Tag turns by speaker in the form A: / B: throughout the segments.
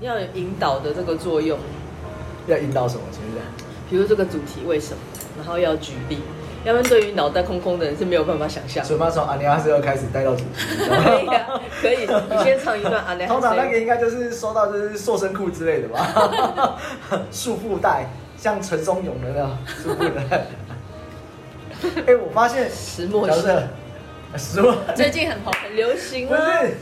A: 要有引导的这个作用，
B: 要引导什么？请问一下
A: 比如这个主题为什么，然后要举例，要不然对于脑袋空空的人是没有办法想象。
B: 所以我们要从阿尼亚斯要开始带到主题。你知道吗
A: 可以啊，可以，你先唱一段啊阿莱。
B: 通常那个应该就是说到就是塑身裤之类 的吧，束缚带，像陈松勇的那种束缚带。哎、我发现
A: 石墨
B: 角
A: 烯
B: 色，石墨
C: 最近很红，
A: 很流行
B: 不
A: 啊。
B: 是，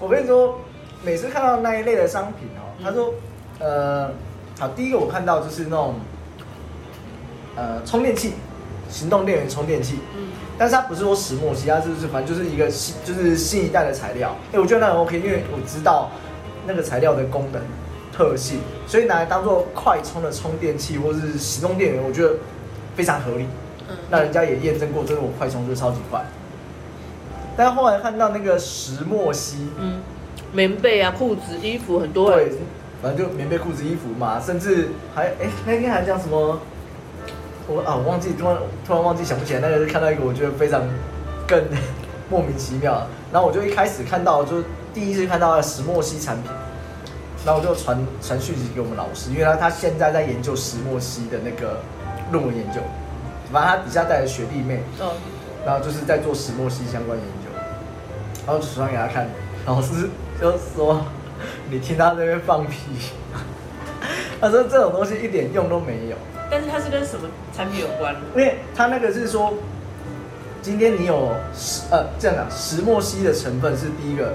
B: 我跟你说，每次看到那一类的商品哦，他说，呃，好，第一个我看到就是那种，呃，充电器，行动电源充电器，
A: 嗯，
B: 但是它不是说石墨烯，它就是反正就是一个新，就是新一代的材料。哎、我觉得那很 OK，因为我知道那个材料的功能特性，所以拿来当做快充的充电器或是行动电源，我觉得非常合理。
A: 嗯
B: 那人家也验证过，真的我快充就超级快。但后来看到那个石墨烯，
A: 嗯，棉被啊、裤子、衣服很多。欸
B: 对，反正就棉被、裤子、衣服嘛，甚至还哎、那天还讲什么，我啊我忘记突然突然忘记想不起来，那个是看到一个我觉得非常更莫名其妙，然后我就一开始看到就是第一次看到石墨烯产品，然后我就传传讯息给我们老师，因为他他现在在研究石墨烯的那个论文研究，反正他底下带着学弟妹，
A: 哦，
B: 然后就是在做石墨烯相关研究，然后就传给他看， 老师就说你听他那边放屁，他说这种东西一点用都没有，
A: 但是它是跟什么产品有关？
B: 因为他那个是说，今天你有石呃这样讲，石墨烯的成分是第一个，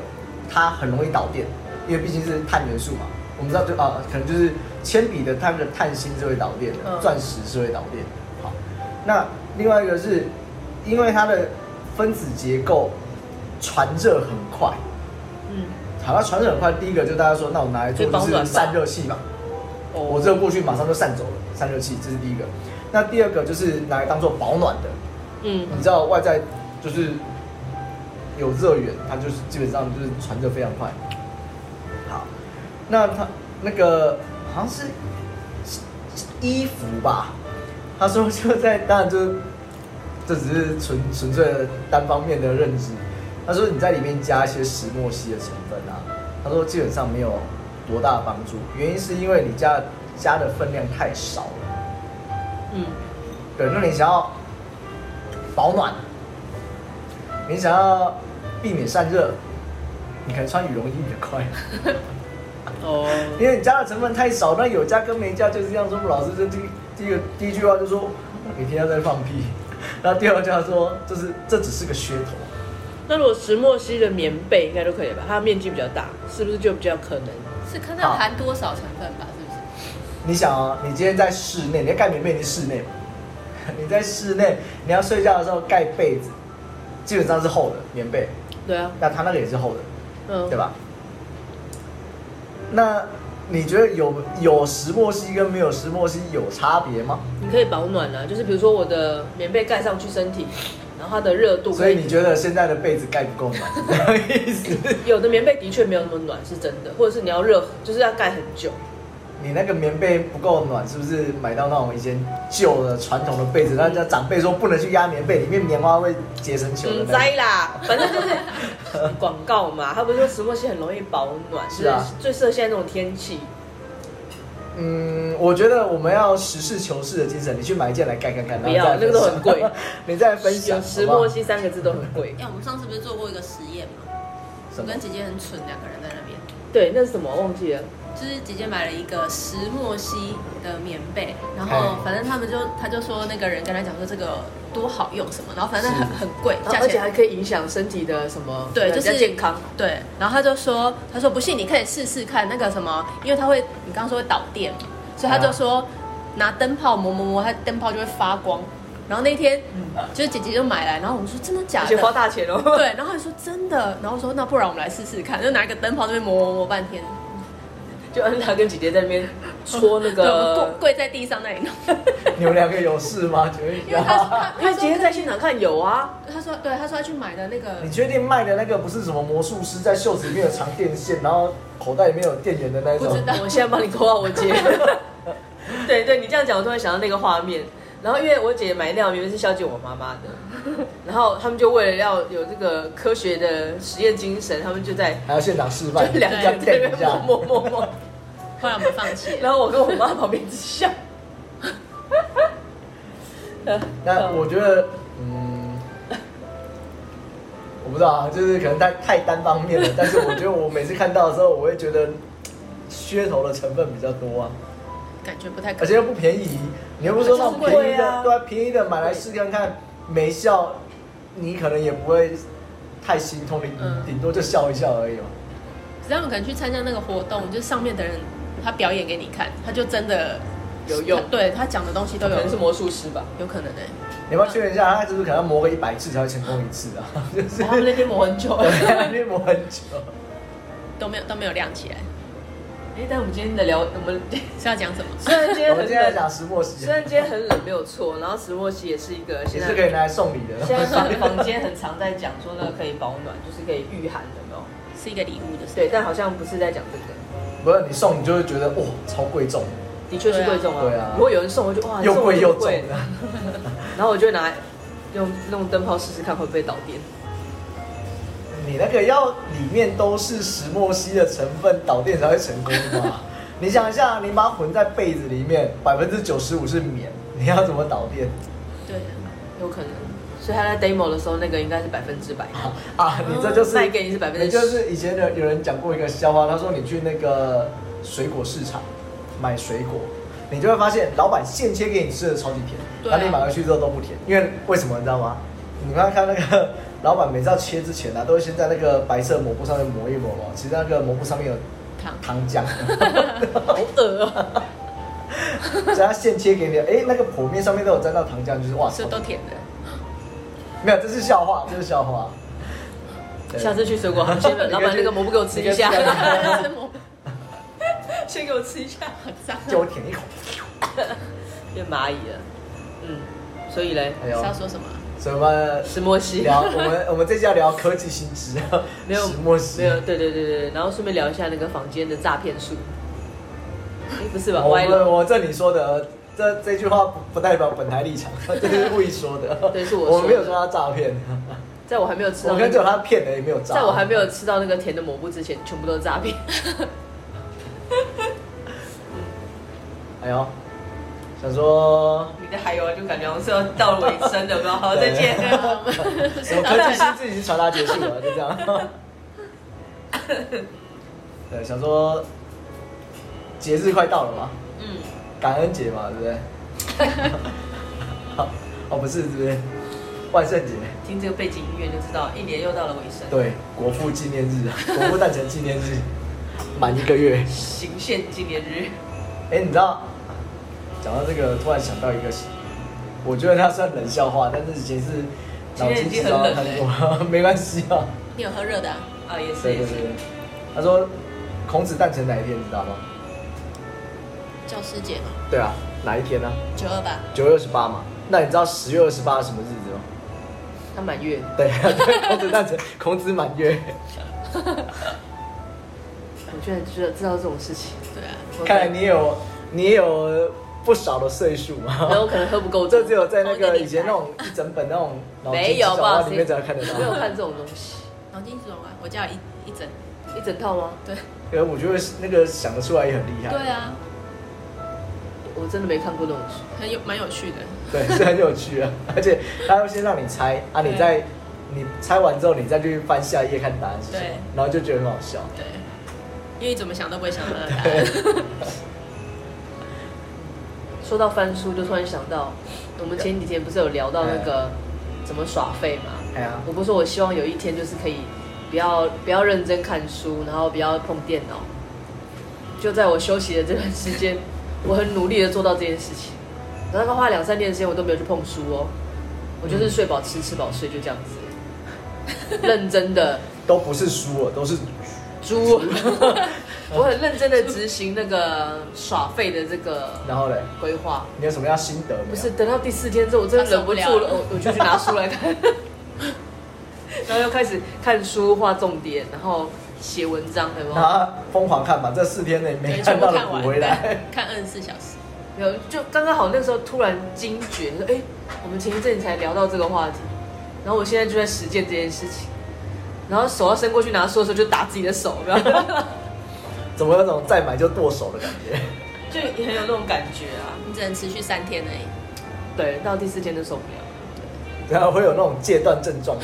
B: 它很容易导电，因为毕竟是碳元素嘛，我们知道就啊、可能就是铅笔的它的碳芯是会导电的
A: 嗯，
B: 钻石是会导电的。好，那另外一个是因为它的呃分子结构传热很快，
A: 嗯，
B: 好，那传热很快，第一个就大家说，那我拿来做
A: 可以保
B: 就
A: 暖吧
B: 是散热器嘛。
A: 哦
B: 我热过去马上就散走了，散热器这是第一个。那第二个就是拿来当做保暖的，
A: 嗯
B: 你知道外在就是有热源，它就是基本上就是传热非常快。好，那它那个好像是是是衣服吧，他说就在当然就是这只是纯纯粹的单方面的认知。他说你在里面加一些石墨烯的成分啊，他说基本上没有多大帮助，原因是因为你加加的分量太少了。
A: 嗯，
B: 对，那你想要保暖，你想要避免散热，你可能穿羽绒衣比较快，
A: 哦，
B: 因为你加的成分太少。那有加跟没加就是这样说。老师这第第一个第一句话就说你天天在放屁，然后第二句话说就是这只是个噱头。
A: 那如果石墨烯的棉被应该都可以吧？它的面积比较大，是不是就比较可能？
C: 是看它含多少成分吧，是不是？
B: 你想啊，你今天在室内，你要盖棉被，你室内嘛， 你在室内你要睡觉的时候盖被子，基本上是厚的棉被，
A: 对啊，
B: 那它那个也是厚的。
A: 嗯，
B: 对
A: 吧？
B: 吧？那你觉得有有石墨烯跟没有石墨烯有差别吗？
A: 你可以保暖啊，就是比如说我的棉被盖上去身体，然后它的热度
B: 所
A: 可
B: 以
A: 以，
B: 你觉得现在的被子盖不够暖，是这个意思？
A: 有的棉被的确没有那么暖，是真的，或者是你要热，就是要盖很久。
B: 你那个棉被不够暖，是不是买到那种以前旧的传统的被子？人家长辈说不能去压棉被，里面棉花会结成球的
A: 嗯，
B: 那种。
A: 栽啦，反正就是广告嘛，他不是说石墨烯很容易保暖，
B: 是啊
A: 就是最适合现在这种天气。
B: 嗯，我觉得我们要实事求是的精神，你去买一件来盖盖看，
A: 不要
B: 然后再来
A: 那个都
B: 分享
A: 很贵，
B: 你再来分享
A: 有石
B: 啊好不好
A: 墨烯三个字都很贵。
C: 哎、我们上次不是做过一个实验嘛？我
B: 什么
C: 跟？姐姐很蠢，两个人在那边，
A: 对，那是什么？忘记了。
C: 就是姐姐买了一个石墨烯的棉被，然
B: 哎
C: 后反正他们就他就说那个人跟他讲说这个多好用什么，然后反正很
B: 是
C: 很贵，
A: 然后
C: 价
A: 哦而且还
C: 钱。
A: 可以影响身体的什么？呃
C: 对，
A: 比
C: 就
A: 较
C: 是
A: 健康。哦
C: 对，然后他就说，他说不信你可以试试看那个什么，因为他会，你刚刚说会导电嘛，所
B: 嗯
C: 以他就说、拿灯泡磨磨磨，它灯泡就会发光。然后那天、
B: 嗯
C: 就是姐姐就买来，然后我们说真的假
A: 而
C: 的？
A: 且花大钱 哦。
C: 对，然后他说真的，然后说那不然我们来试试看，就拿一个灯泡那边磨磨磨半天，
A: 就安达跟姐姐在那边搓那
C: 对，我们
A: 个
C: 跪。跪在地上那里弄，
B: 你们两个有事吗？请问一
C: 因为
B: 下
C: 他
A: 因
C: 他
A: 为
C: 他
A: 姐姐
C: 说
A: 在现场看有啊，
C: 他说对，他说他去买的那个
B: 你，确定卖的那个不是什么魔术师在袖子里面有藏电线，然后口袋里面有电源的那种
C: 不？知道
A: 我现在帮你扣到我姐。 对对，你这样讲，我突然想到那个画面。然后因为我姐买料明明是消解我妈妈的，然后他们就为了要有这个科学的实验精神，他们就在
B: 还要现场示
A: 就
B: 范，
A: 两个
B: 这样
A: 人在那
B: 电一
A: 边
B: 下。
A: 摸摸摸摸，
C: 后来我们放弃 了。
A: 然后我跟我妈旁边一直笑。
B: 那我觉得，嗯，我不知道啊，就是可能太太单方面了。但是我觉得我每次看到的时候，我会觉得嗯噱头的成分比较多啊，
C: 感觉不太可
B: 而且
C: 能。
B: 又不便宜。你又不是说那种
A: 就是
B: 便宜
A: 贵啊
B: 的，对啊，便宜的买来试看看，没效，你可能也不会太心痛，你
C: 嗯
B: 顶多就笑一笑而已嘛。
C: 可是他们可能去参加那个活动，就是上面的人他表演给你看，他就真的
A: 有用
C: 他对他讲的东西都
A: 可
C: 有
A: 能是魔术师吧，
C: 有可能哎、
B: 你要不要确认一下，他是不是可能要磨个一百次才会成功一次啊？ 就是
A: 他们那天磨很久。 哎，
B: 对，因为磨很久。
C: 都没有都没有亮起来，
A: 但我们今天的聊，我 们
C: 是要讲什么？
A: 虽然今天
B: 我们
A: 很
B: 今天在
A: 冷，
B: 讲石墨烯
A: 虽，然今天很冷没有错，然后石墨烯也是一个
B: 也
A: 现
B: 是可
A: 在
B: 以拿来送礼的。
A: 现在房房间很常在讲说那个可以保暖，就是可以御寒的，有没有？
C: 是一个礼物，就是
A: 对，但好像不是在讲这个，
B: 不是你送，你就会觉得哇，超贵重，
A: 的确是贵重啊。
B: 对啊
A: 如果有人送，我就哇，
B: 又贵又重啊
A: 贵，
B: 的。
A: 然后我就拿用弄灯泡试试看会不会导电。
B: 你那个要里面都是石墨烯的成分，导电才会成功 嘛。你想一下，你把它混在被子里面，百分之九十五是棉，你要怎么导电
C: 对
A: 有可能。所以他在 demo 的时候，那个应该是百分之百。
B: 啊？ 啊你这就是
A: 哦卖给你是百分之
B: 你就是以前的有人讲过一个笑话，他说你去那个水果市场买水果，你就会发现老板现切给你吃的超级甜，
C: 对啊
B: 那你买回去之后都不甜，因为为什么你知道吗？你刚刚看那个 老板每次要切之前呢、啊，都会先在那个白色抹布上面抹一抹嘛，其实那个抹布上面有
C: 糖
B: 糖 浆，
A: 好恶啊！
B: 所以他现切给你，哎、那个剖面上面都有沾到糖浆，就是哇，
C: 是都甜的，
B: 没有，这是笑话，这是笑话。对
A: 下次去水果行先把 老板那个蘑菇给我吃一下
B: 你可以，去
C: 真的
A: 先给我吃一下，
C: 很脏，
B: 叫我舔一口，
A: 变蚂蚁了。嗯，所以嘞，
B: 哎
C: 是
B: 呦，
C: 要说什么啊？
B: 什么
A: 石墨烯
B: 聊我们我们这家聊科技新知，啊
A: 没有
B: 石墨烯
A: 没有，对对对对对，然后顺便聊一下那个房间的诈骗术。哎，不是吧？
B: 我
A: 歪了。
B: 我这里说的这这句话不不代表本台立场， 这是故意说的。
A: 对是我
B: 我
A: 说的
B: 没有说他诈骗，
A: 在我还没有吃
B: 我
A: 到、
B: 跟
A: 那
B: 着
A: 个，
B: 他骗的也没有诈。
A: 在我还没有吃到那个甜的蘑菇之前，全部都是诈骗。
B: 哎呦，想说
A: 你的还有啊，就感觉好像是要到尾声了，有没有？好，再见。
B: 对
C: 好我们
B: 我科技新知已经传达结束了，就这样。对，想说节日快到了嘛，
C: 嗯，
B: 感恩节嘛，对不对？好哦，不是，是不是万圣节？
A: 听这个背景音乐就知道，一年又到了尾声。
B: 对，国父纪念日，啊国父诞辰纪念日，满一个月。
A: 行宪纪念日，
B: 哎、你知道，讲到这个，突然想到一个，我觉得它算冷笑话，但是其实是脑筋急转弯很多， 没关系啊。
C: 你有喝热的、啊？
A: 啊，也是
B: 对
A: 也
B: 对
A: 是
B: 对，，对他说孔子诞辰哪一天，你知道吗？
C: 教师节嘛，
B: 对啊，哪一天呢、
C: 九二八，
B: 九月二十八嘛。那你知道十月二十八是什么日子吗？
A: 他满月，
B: 对啊，对，孔子诞 辰，孔子满月。
A: 我居然知道知道这种事情。
C: 对啊，
A: 我
B: 看来你也有，你也有不少的岁数嘛。
A: 可能，然后我 可能喝不够
B: 这
A: 多，
B: 只有在那
C: 同一个
B: 个
C: 年代
B: 以前那种一整本那种脑筋
A: 没
B: 急
A: 有
B: 转
A: 不好意
B: 弯
A: 思，
B: 里面才看得到。
A: 没有看这种东西，
C: 脑筋急转弯，啊我家有一一整，
A: 一整套吗？
C: 对
B: 可能我觉得那个想得出来也很厉害。
C: 对啊，
A: 我真的没看过那种书。
C: 很有蛮有趣的，
B: 对， 是很有趣啊。而且他会先让你猜啊，你
C: 对
B: 再你猜完之后，你再去翻下一页看答案是什么
C: 对，
B: 然后就觉得很好笑。
C: 对，因为你怎么想都不会想到的啊答案，
A: 说到翻书，就突然想到，我们前几天不是有聊到那个怎么耍废吗？
B: 哎呀，
A: 我不是说我希望有一天就是可以不要不要认真看书，然后不要碰电脑。就在我休息的这段时间，我很努力的做到这件事情。然后大概花了两三天的时间，我都没有去碰书哦，我就是睡饱吃，吃饱睡，就这样子。认真的
B: 都不是书哦，都是
A: 猪，我很认真的执行那个耍废的这个
B: 然后嘞，
A: 规划。
B: 你有什么样心得没有？
A: 不是，等到第四天之后，我真的忍不住了，
C: 他受不了了
A: 我我就去拿书来看， 然后又开始看书、画重点，然后写文章，有没
B: 然
A: 有？
B: 后疯狂看吧，这四天内 没
C: 对，
B: 看
C: 全部
B: 到
C: 看
B: 的
C: 完，
B: 补回来。
C: 对，看二十四小时，
A: 没有，就刚刚好那时候突然惊觉，说，哎、我们前一阵才聊到这个话题，然后我现在就在实践这件事情，然后手要伸过去拿书的时候，就打自己的手，有没有？
B: 怎么有种再买就剁手的感觉？
D: 就很有那种感觉啊。
C: 你只能持续三天而已。
A: 对，到第四天就受不了。
B: 然后会有那种戒断症 状，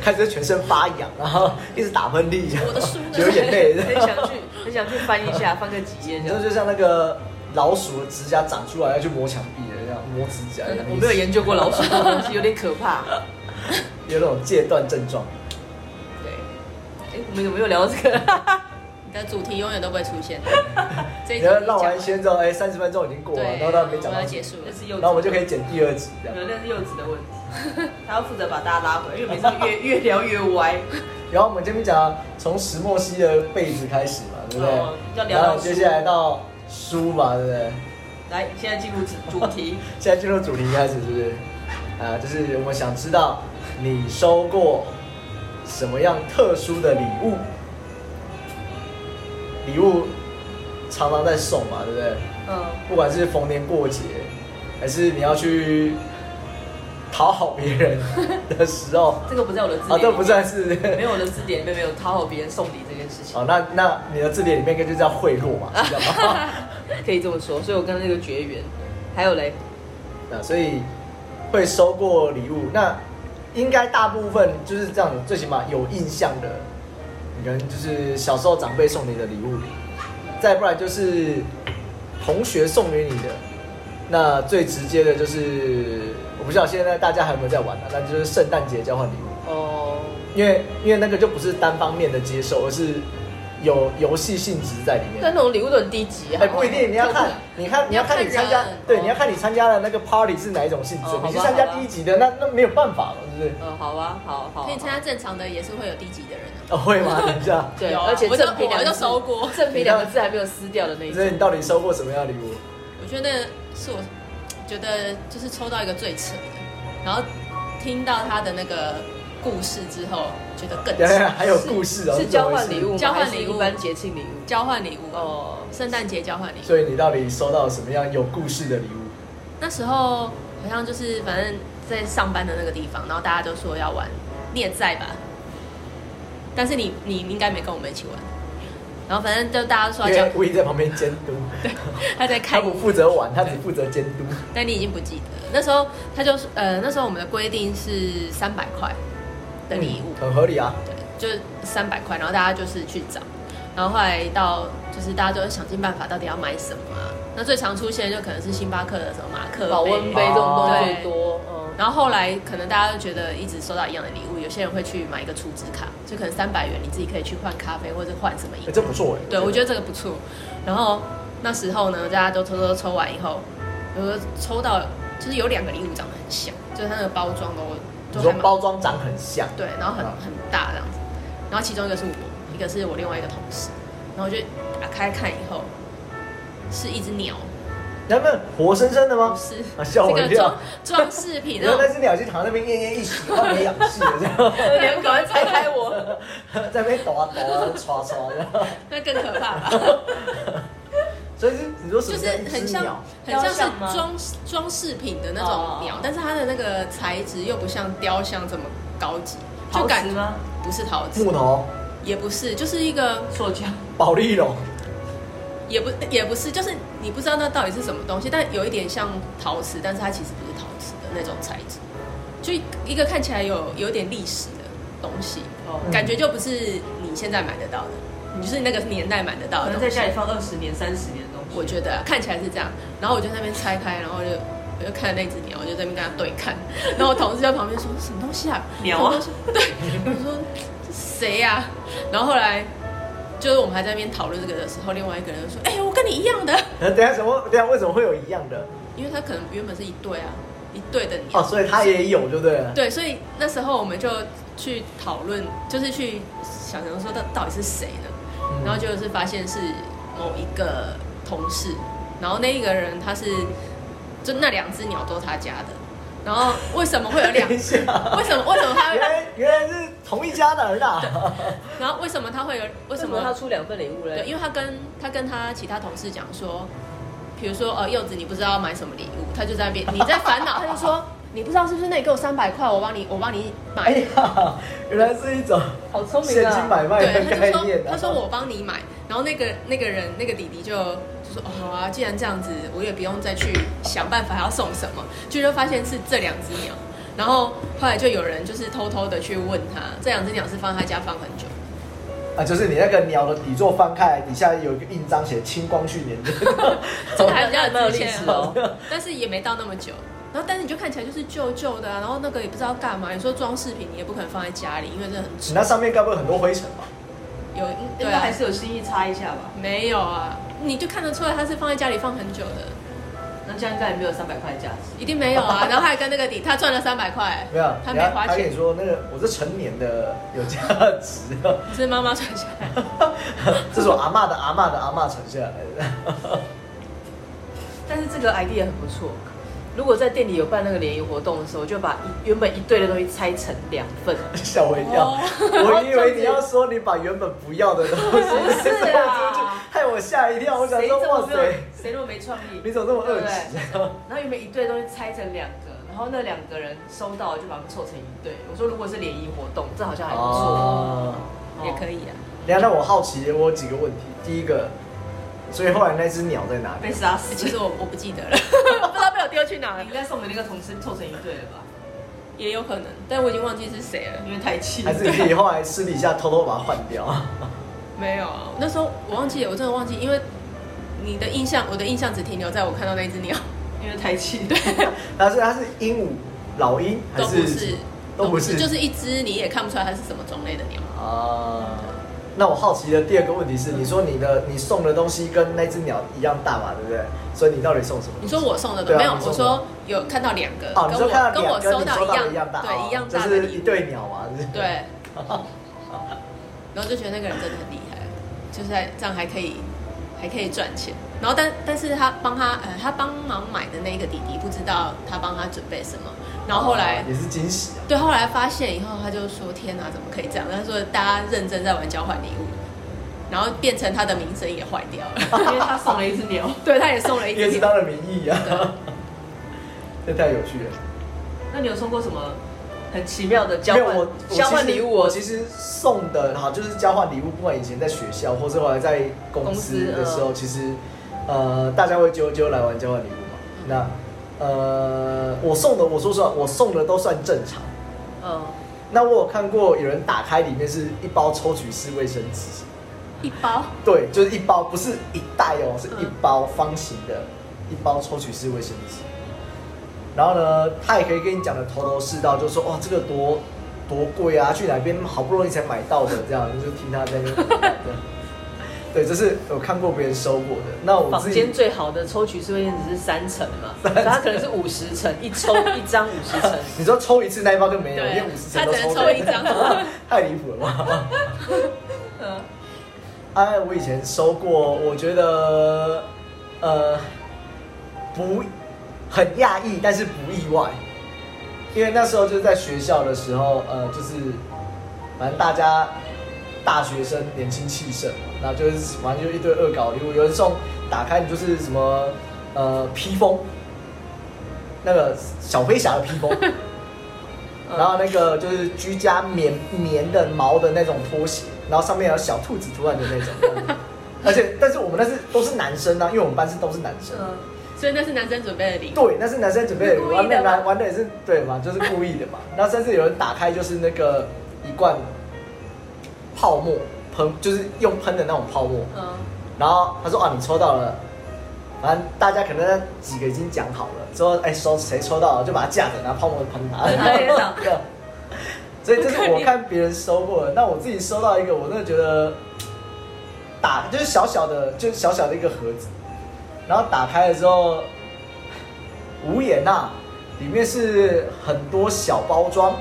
B: 开始全身发痒，然后一直打喷嚏，
C: 我的书呢
B: 流眼 泪，
A: 很想去，很想去翻一下，翻个几页
B: 你
A: 这
B: 知道
A: 样。
B: 就像那个老鼠的指甲长出来要去磨墙壁的这样磨指甲一样，
C: 嗯
A: 我没有研究过老鼠的东西，有点可怕。
B: 有那种戒断症状。
A: 对，哎，我们有没有聊到这个？
C: 你的主题永远都不会出 现。这一
B: 你
C: 集
B: 要
C: 你
B: 绕
C: 讲
B: 完一圈之后，哎，三十分钟已经过了，
C: 对，
B: 然后他没
C: 我
B: 讲到
C: 要，结束了
D: 那。是幼
B: 然
D: 稚，
B: 后我们就可以剪第二集这样
D: 没。有，那是幼稚的问题，他要负责把大家拉回来，因为每次越越聊越歪。
B: 然后我们这边讲从石墨烯的被子开始嘛，对不
D: 哦要
B: 对？
D: 聊到
B: 然后
D: 书
B: 接下来到书嘛，对不对？
D: 来，现在进入主主题，
B: 现在进入主题开始，是不是？啊，就是我们想知道你收过什么样特殊的礼物？礼物常常在送嘛，对不对？
D: 嗯，
B: 不管是逢年过节，还是你要去讨好别人的时 候，
A: 这个不在我的字典
B: 啊，
A: 里面。
B: 这不算是。
A: 没有我的字典里面没有讨好别人送礼这件事情，
B: 哦，那那你的字典里面应该就叫贿赂嘛，知道吗？
A: 可以这么说。所以我跟那个绝缘。还有嘞，
B: 那所以会收过礼物，那应该大部分就是这样，最起码有印象的，你可能就是小时候长辈送你的礼物，再不然就是同学送给你的。那最直接的就是，我不知道现在大家还有没有在玩啊，那就是圣诞节交换礼物，
A: 哦，
B: 因为因为那个就不是单方面的接受，而是有游戏性质在里面。
A: 但那种礼物都很低级，啊
B: 哎、不一定，你要看，你看，你要看你参加
C: 看人，
B: 对，
A: 哦
B: 你要看你参加的那个 party 是哪一种性质
A: 哦。好吧
B: 你去参加第一级的，那那没有办法嘛，是不是？
A: 呃，好啊，好好，
C: 可以参加正常的，也是会有低级的人啊。
B: 哦，会吗？等一下，
A: 好。对，
C: 有啊
A: 而且
C: 我就
A: 正品两
C: 我
A: 个
C: 就
A: 字
C: 收过
A: 正品两个字还没有撕掉的那一
B: 所以
A: 种。
B: 你到底收过什么样的礼物？
C: 我觉得是我觉得就是抽到一个最扯的，然后听到他的那个故事之后，觉得更
B: 等一下
C: 扯。
B: 还有故事哦，
A: 是
B: 怎么
A: 交
B: 回事
A: 换礼物吗，
C: 交换礼物
A: 还是一般节庆礼物。
C: 交换礼物哦，
A: 哦，
C: 圣诞节交换礼物。
B: 所以你到底收到什么样有故事的礼物？
C: 那时候好像就是反正在上班的那个地方，然后大家都说要玩，你也在吧？但是你你应该没跟我们一起玩。然后反正就大家说要
B: 因
C: 交
B: 为，吴仪在旁边监督，
C: 他在
B: 他
C: 看
B: 不负责玩，他只负责监督。
C: 但你已经不记得了。那时候他就呃，那时候我们的规定是三百块的礼物，
B: 嗯很合理啊。
C: 对，就是三百块，然后大家就是去找，然后后来到就是大家都想尽办法，到底要买什么啊？那最常出现就可能是星巴克的什么马克
A: 保温杯这种东西最多，嗯，
C: 然后后来可能大家都觉得一直收到一样的礼物，有些人会去买一个储值卡，就可能三百元你自己可以去换咖啡或者换什么饮
B: 哎，这不错哎。
C: 对，我觉得这个不错。然后那时候呢，大家都偷偷抽完以后，有的抽到就是有两个礼物长得很像，就是它那个包装都
B: 你
C: 都
B: 说
C: 还蛮
B: 包装长很像，
C: 对，然后很
B: 啊
C: 很大这样子。然后其中一个是我，一个是我另外一个同事。然后我就打开看以后，是一只鸟，
B: 你看没有活生生的
C: 不
B: 吗？
C: 是
B: 啊吓我一
C: 这个
B: 跳
C: 装装饰品
B: 你
C: 那
B: 说
C: 种
B: 那只鸟就躺在那边奄奄一息，它没氧气了这样。
A: 你们赶快拆开我，
B: 在那边抖啊抖啊，刷刷的，
C: 那更可怕 吧？
B: 所以是你说什
C: 就
B: 么
C: 是
B: 叫一只
C: 很像
B: 鸟，
C: 很像
D: 雕
C: 是
D: 像吗
C: 装装饰品的那种鸟
D: 哦，
C: 但是它的那个材质又不像雕像这么高级，就
D: 陶
C: 感
D: 瓷吗？
C: 不是陶瓷
B: 木，头、
C: 也不是，就是一个
D: 塑胶，
B: 保利龙，
C: 也不也不是，就是你不知道那到底是什么东西，但有一点像陶瓷，但是它其实不是陶瓷的那种材质，就一个看起来有有点历史的东西，
D: 哦，
A: 嗯
C: 感觉就不是你现在买得到的，你就是那个年代买得到
D: 可
C: 的
D: 能在
C: 东
A: 嗯
C: 西。
D: 家里放二十年、三十年的东西。
C: 我觉得、啊、看起来是这样。然后我就在那边拆开，然后我就我就看那只鸟，我就在那边跟它对 看。然后我同事在旁边说：“什么东西啊？
D: 鸟啊
C: 什么东西？”对，我说：“这谁呀、然后后来就是我们还在那边讨论这个的时候，另外一个人就说：“哎、我跟你一样的，
B: 等一下什么？等一下为什么会有一样的？
C: 因为他可能原本是一对啊，一对的鸟。
B: 哦，所以它也有，就对了。
C: 对，所以那时候我们就去讨论，就是去想想说到到底是谁呢？
B: 嗯
C: 然后就是发现是某一个同事，然后那一个人他是就那两只鸟都是他家的，然后为什么会 有
B: 等
C: 两？
B: 一
C: 为
B: 下，
C: 什么为什么他
B: 原
C: 会？
B: 来原来是同一家的儿子啊。
C: 然后为什么他会有？为
A: 为
C: 什
A: 什
C: 么
A: 么他出两份礼物
C: 对，
A: 嘞？
C: 因为他跟他跟他其他同事讲说，比如说呃柚子你不知道要买什么礼物，他就在那边你在烦恼，他就说你不知道是不是？那你给我三百块，我帮你，我帮你
B: 哎
C: 买。
B: 呀， 原来是一种
A: 好聪明
B: 现
A: 啊！
B: 金买卖
C: 对，
B: 的
C: 他就
B: 概
C: 说
B: 念、，啊。
C: 他说我帮你买，然后那个那个人那个弟弟就就说，哦好啊，既然这样子，我也不用再去想办法还要送什么，就就发现是这两只鸟，然后后来就有人就是偷偷的去问他，这两只鸟是放在他家放很久，
B: 啊，就是你那个鸟的底座翻开，底下有一个印章写“清光绪年 间
C: 这个还比较
A: 那
C: 有
A: 有
C: 值
A: 历
C: 钱
A: 史哦。
C: 但是也没到那么久。然后，但是你就看起来就是旧旧的啊，然后那个也不知道干嘛。你说装饰品，你也不可能放在家里，因为真的很”，
B: 你那上面该不会很多灰尘吧？
C: 有嗯对
D: 应该
C: 啊，
D: 还是有心意擦一下吧。
C: 没有啊，你就看得出来它是放在家里放很久的，
D: 那这样应该也没有三百块的价值。
C: 一定没有啊。然 后还跟那个底，他赚了三百块，
B: 没有，
C: 他
B: 你
C: 没
B: 要
C: 花
B: 他跟
C: 钱
B: 你，说那个我是成年的，有价值。
C: 是妈妈存下来。
B: 这是我阿嬷的阿嬷的阿嬷传下来的。
A: 但是这个 idea 很不错。如果在店里有办那个联谊活动的时候，就把一原本一堆的东西拆成两份，
B: 吓我一跳，
C: 哦
B: 我以为你要说你把原本不要的东西
D: 是
B: 送出去
D: 啊，
B: 害我吓一跳。我想
D: 谁
B: 说，
D: 这
B: 哇
D: 么没有
B: 塞，？
D: 谁那么没创意？
B: 你怎么这么恶
D: 对不对
B: 习 啊？
D: 然后原本一对东西拆成两个，然后那两个人收到就把它们凑成一对。我说如果是联谊活动，这好像还不错。
B: 哦，
C: 也可以啊。
B: 等一下，那我好奇，我有几个问题。第一个，所以后来那只鸟在哪里？
D: 被杀
C: 欸
D: 死。
C: 其实我我不记得了， 不知道被我丢去哪
D: 你
C: 了，
D: 啊应该送给那个同事凑成一对了吧？
C: 也有可能，但我已经忘记是谁了。
D: 因为太气了
B: 还。是你自己后来私底下偷偷把它换掉？
C: 没有啊，那时候我忘记了，我真的忘记，因为你的印象，我的印象只停留在我看到那只鸟，
D: 因为太气。 对，
B: 但是它是鹦鹉、老鹰还
C: 都不是，
B: 都不是
C: 就是一只你也看不出来它是什么种类的鸟。
B: 啊？那我好奇的第二个问题是，你说你的你送的东西跟那只鸟一样大嘛，对不对？所以你到底送什么？
C: 你说我送的
B: 对
C: 都
B: 啊
C: 没有，
B: 你送
C: 我
B: 的
C: 说有看到两个，
B: 哦，你
C: 跟
B: 说看到
C: 我跟
B: 鸟
C: 我
B: 跟
C: 收
B: 你
C: 到
B: 收到的
C: 一
B: 一样大，
C: 对
B: 哦
C: 一样
B: 就
C: 大的
B: 是
C: 礼
B: 一
C: 物，
B: 对鸟嘛，就是
C: 对，然后就觉得那个人真的很厉害，就是在这样还可以还可以赚钱。然后但但是他帮他呃他帮忙买的那个弟弟不知道他帮他准备什么，然后后 来
B: 也是惊喜啊。
C: 对后来发现以后他就说天哪怎么可以这样？他说大家认真在玩交换礼物，然后变成他的名声也坏掉了，
D: 因为他送了一只 鸟。
C: 对他 也送了一
B: 也
C: 只
B: 是
C: 鸟
B: 他的名义啊， 这太有趣了。
D: 那你有送过什么很奇
A: 奇
D: 妙
A: 妙
D: 的
A: 的
D: 交
A: 交
B: 没有
A: 换
B: 我我
A: 交换
B: 其实
A: 礼物
B: 我
A: 哦
B: 其实送的哈，就是交换礼物，不管以前在学校，或是后来在公
A: 公
B: 司
A: 司嗯
B: 的时候，其实呃，大家会揪揪来玩交换礼物嘛。那呃，我送的，我说实话，我送的都算正常。
A: 嗯，
D: 呃
B: 那我有看过有人打开里面是一包抽取式卫生纸，
C: 一包，
B: 对，就是一包，不是一袋哦，是
C: 嗯
B: 一包方形的，一包抽取式卫生纸。然后呢，他也可以跟你讲的头头是道，就说哇，哦这个多多贵啊，去哪边好不容易才买到的，这样你就听他在那边。对，这是我看过别人收过的。那我
A: 房
B: 自己
A: 间最好的抽取是卫生纸是三层 嘛，所以它可能是五十层，一抽一张五十层。
B: 你说抽一次那一包就没有，因
C: 对
B: 为五十层都
C: 他只能
B: 抽了
C: 抽一张
B: 太离谱了吧？嗯哎，我以前收过，我觉得呃不很讶异，但是不意外，因为那时候就是在学校的时候，呃，就是反正大家大学生年轻气盛嘛，那就是反正就一堆恶搞礼物，有人送打开你就是什么呃披风，那个小飞侠的披风。嗯
D: 嗯呃
B: 然后那个就是居家棉棉的毛的那种拖鞋，然后上面有小兔子图案的那 种。而且，但是我们那是都是男生啊，因为我们班是都是男生。
D: 嗯，
C: 所以那是男生准备的礼物。
B: 对，那是男生准备的，
D: 故意的
B: 玩的
D: 吧
B: 玩玩的也是对嘛，就是故意的嘛。然后甚至有人打开就是那个一罐泡沫喷，就是用喷的那种泡沫。
D: 嗯，
B: 然后他说啊，你抽到了。反正大家可能那几个已经讲好了，之后哎收谁抽到了就把它架着，拿泡沫喷他。
D: 他也想
B: 所以这是我看别人收过的，那我自己收到一个，我真的觉得打就是小小的，就是小小的一个盒子，然后打开的时候无言呐、里面是很多小包装，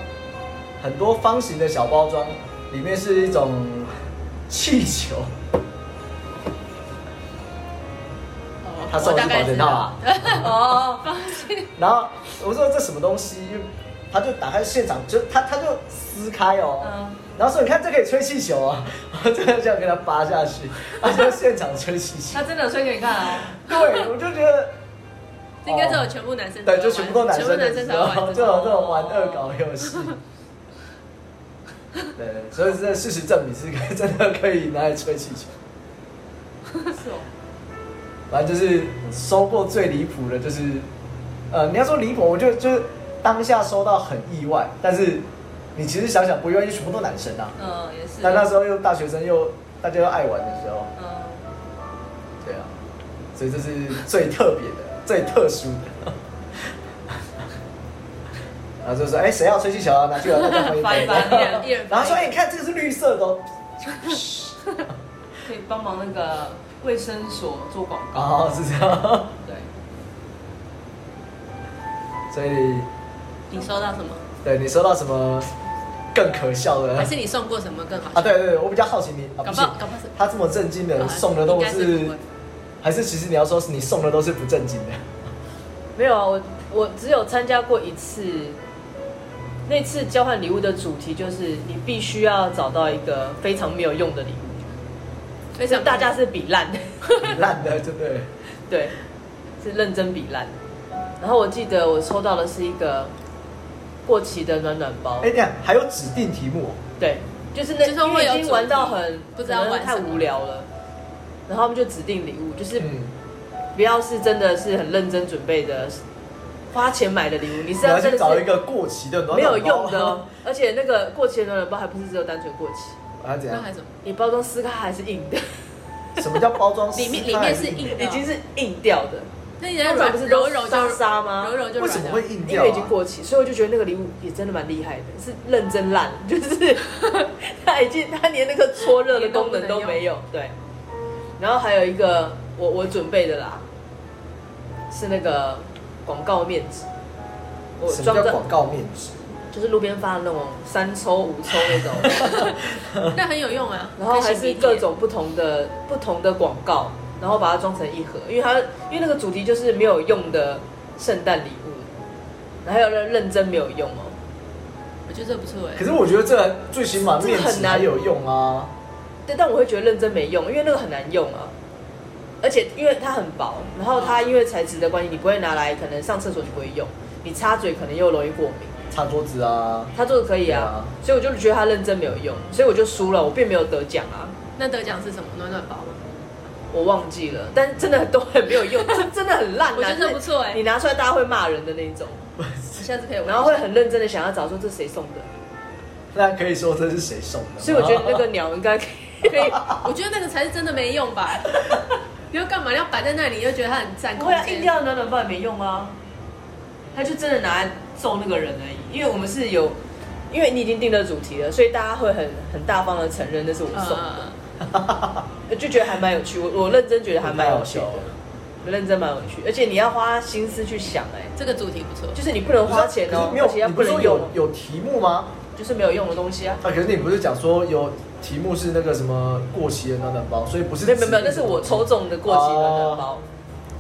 B: 很多方形的小包装，里面是一种气球，
C: 哦
B: 他送的是保险套啊。
D: 哦，
B: 然后我说这什么东西，他就打开现场，就他他就撕开哦，
D: 嗯
B: 然后说你看这可以吹气球啊， 我真的想给他拔下去，他就现场吹气球，
D: 啊他真的有吹给你看哦。
B: 对我就觉得
C: 这应该只有全部男生才会
B: 对，
C: 玩，
B: 就全部都男生的时
C: 才会
B: 候，
C: 玩
B: 就
C: 这
B: 有
C: 种。
B: 这种玩恶搞游 戏。对，对所以这事实证明是可以真的可以拿来吹气球。
D: 是哦，
B: 反正就是收过最离谱的，就是呃，你要说离谱，我就就是当下收到很意外，但是你其实想想不意外，因为全部都男生啊。
D: 嗯，也是。
B: 但那时候又大学生又大家又爱玩的时候，
D: 嗯，
B: 对啊，所以这是最特别的、最特殊的。 然后就说：“哎、谁要吹气球啊？拿去了，大家分一
D: 发一
B: 杯。
D: 发一人
C: 一人发一
B: 然后说：“哎、你看这个是绿色的哦。
D: 可以帮忙那个卫生所做广”告。
B: 哦，是这样。
D: 对，
B: 所以，
C: 你收到什么？
B: 对你收到什么更可笑的？
C: 还是你送过什么更好？
B: 嗯啊，对对对，我比较好奇你啊，
C: 搞
B: 不
C: 不
B: 是
C: 好搞不好是
B: 他这么震惊的
C: 啊
B: 送的都
C: 应该是
B: 是
C: 不会，
B: 还是其实你要说是你送的都是不正经的，
A: 没有啊，我我只有参加过一次，那次交换礼物的主题就是你必须要找到一个非常没有用的礼物，
C: 非
A: 就
C: 常
A: 大家是比烂，
B: 很烂的，对不对？
A: 对，是认真比烂。然后我记得我抽到的是一个过期的暖暖包，
B: 哎，你看还有指定题目哦，
A: 对，就是那
C: 就是会有
A: 因为已经玩到很
C: 不知道玩
A: 可能太
C: 什么
A: 无聊了，然后他们就指定礼物，就是
B: 嗯，
A: 不要是真的是很认真准备的，花钱买的礼物，你是
B: 你
A: 要
B: 要
A: 真的
B: 去找一
A: 是
B: 个过期的暖
A: 没有
B: 暖包
A: 用的哦，而且那个过期的暖暖包还不是只有单纯过期，
B: 啊，怎
C: 那
B: 样
C: 还？什么？
A: 你包装撕开还是硬的，
B: 什么叫包装失败？
C: 里面里面是硬的，
A: 已
C: 哦
A: 经是硬掉的，
C: 那你在
A: 通常
C: 软
A: 不是
C: 揉
A: 都
C: 一揉
A: 沙
C: 就
A: 沙吗
C: 揉一揉就
B: 为什
C: 软
B: 么
C: 掉。
B: 会硬
A: 因
B: 掉啊？
A: 为已经过期，所以我就觉得那个礼物也真的蛮厉害的，是认真烂，就是 它已经它连那个搓热的功能都没有，对。然后还有一个我我准备的啦，是那个广告面纸，我
B: 什
A: 装
B: 么
A: 在
B: 叫广告面纸？
A: 就是路边发的那种三抽五抽那种，
C: 那很有用啊。
A: 然后还
C: 可以
A: 是
C: 擤鼻涕
A: 各种不同的不同的广告，然后把它装成一盒，因为它因为那个主题就是没有用的圣诞礼物，然后还有那认真没有用哦，
C: 我觉得这不错哎
B: 可。是我觉得这最起码面
A: 这个很
B: 纸
A: 难
B: 还有用啊，
A: 对，但我会觉得认真没用，因为那个很难用啊，而且因为它很薄，然后它因为材质的关系，你不会拿来可能上厕所你不会用，你擦嘴可能又容易过敏。
B: 擦桌子啊，
A: 他做的可以啊，所以我就觉得他认真没有用，所以我就输了，我并没有得奖啊。
C: 那得奖是什么？暖暖包吗？
A: 我忘记了，但真的都很没有用，这真的很烂、啊。
C: 我觉得这不错欸
A: 你拿出来大家会骂人的那一种，
C: 你下次可以玩一下。
A: 然后会很认真的想要找说这谁送的，
B: 那可以说这是谁送的吗？
A: 所以我觉得那个鸟应该可以，可以
C: 我觉得那个才是真的没 用吧。你要干嘛？你要摆在那里，你就觉得它很占
A: 不
C: 空
A: 会啊，硬
C: 间。
A: 掉的暖暖包也没用啊，他就真的拿来揍那个人而已，因为我们是有。因为你已经定了主题了，所以大家会很很大方的承认那是我送的，
C: 呃，
A: 就觉得还蛮有趣。我我认真觉得还蛮有趣的
B: 太好笑，
A: 我认真蛮有趣，而且你要花心思去想、哎，
C: 这个主题不错。
A: 就是你不能花钱
B: 可
A: 哦
B: 是，没
A: 而且
B: 有，
A: 要
B: 你不
A: 不
B: 是
A: 能
B: 说
A: 用
B: 有
A: 哦，
B: 有题目吗？
A: 就是没有用的东西啊。
B: 啊，可是你不是讲说有题目是那个什么过期的暖暖包，所以不是
A: 没有没有没有，那是我抽中的过期暖暖包，
B: 哦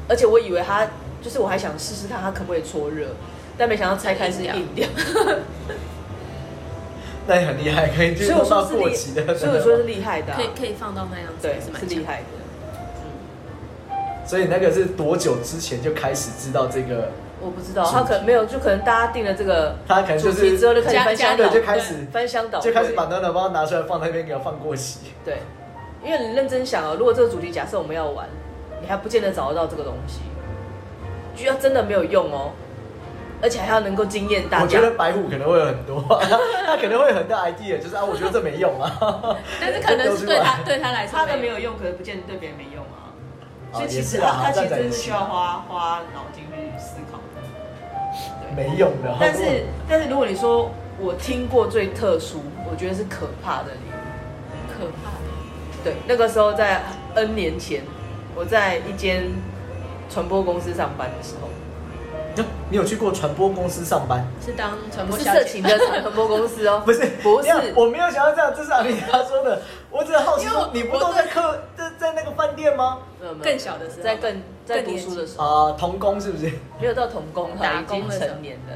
A: 而且我以为它就是我还想试试看它可不可以搓热，但没想到拆开是硬掉，
B: 那也很厉害，可以去
A: 所以我
B: 弄到
A: 说是
B: 过期的
A: 厉，所以我说是厉害的啊、
C: 可以可以放到那样子，
A: 对
C: 是蛮
A: 是厉
C: 强的。
A: 害的，
B: 所以那个是多久之前就开始知道这个？
A: 我不知道他可能没有，就可能大家定了这个
B: 他可能就
A: 主题
B: 是
A: 之后就开始
C: 加
A: 翻箱
C: 加
A: 倒
B: 对，
C: 了
A: 柜
B: 就开始
A: 翻箱倒柜
B: 就开始把暖暖包拿出来放在那边给它放过期。
A: 对，因为你认真想哦，如果这个主题假设我们要玩，你还不见得找得到这个东西，就要真的没有用哦，而且还要能够惊艳大
B: 我觉
A: 家。
B: 得白虎可能会有很多， 他可能会有很多 idea，就是啊，我觉得这没用 啊。
C: 但是可能是对他对他来说
D: 他的没有用，可是不见得对别人没用啊。所以其实
B: 也是啊
D: 他他其实
B: 这样讲也
D: 真
B: 是
D: 是需要花花脑筋去思考。
B: 没用的。
A: 但是但是如果你说我听过最特殊，我觉得是可怕的礼物。
C: 可怕。
A: 对，那个时候在 N 年前，我在一间传播公司上班的时候，
B: 你有去过传播公司上班？
C: 是当传
A: 不
C: 播
A: 是
C: 小
A: 色
C: 姐
A: 情，的传播公司哦，
B: 不是，
A: 不是
B: 等一下我没有想到这样，这是阿丽她说的。我只是好奇
C: 因为
B: 说
C: 我，
B: 你不都在客在在那个饭店吗？
A: 没有没有
C: 更小的时候
A: 在更在读
C: 更年
A: 书的时候，
B: 啊，童工是不是？
A: 没有到童工，
C: 打
A: 他已
C: 工
A: 经
C: 的时候
A: 成年了。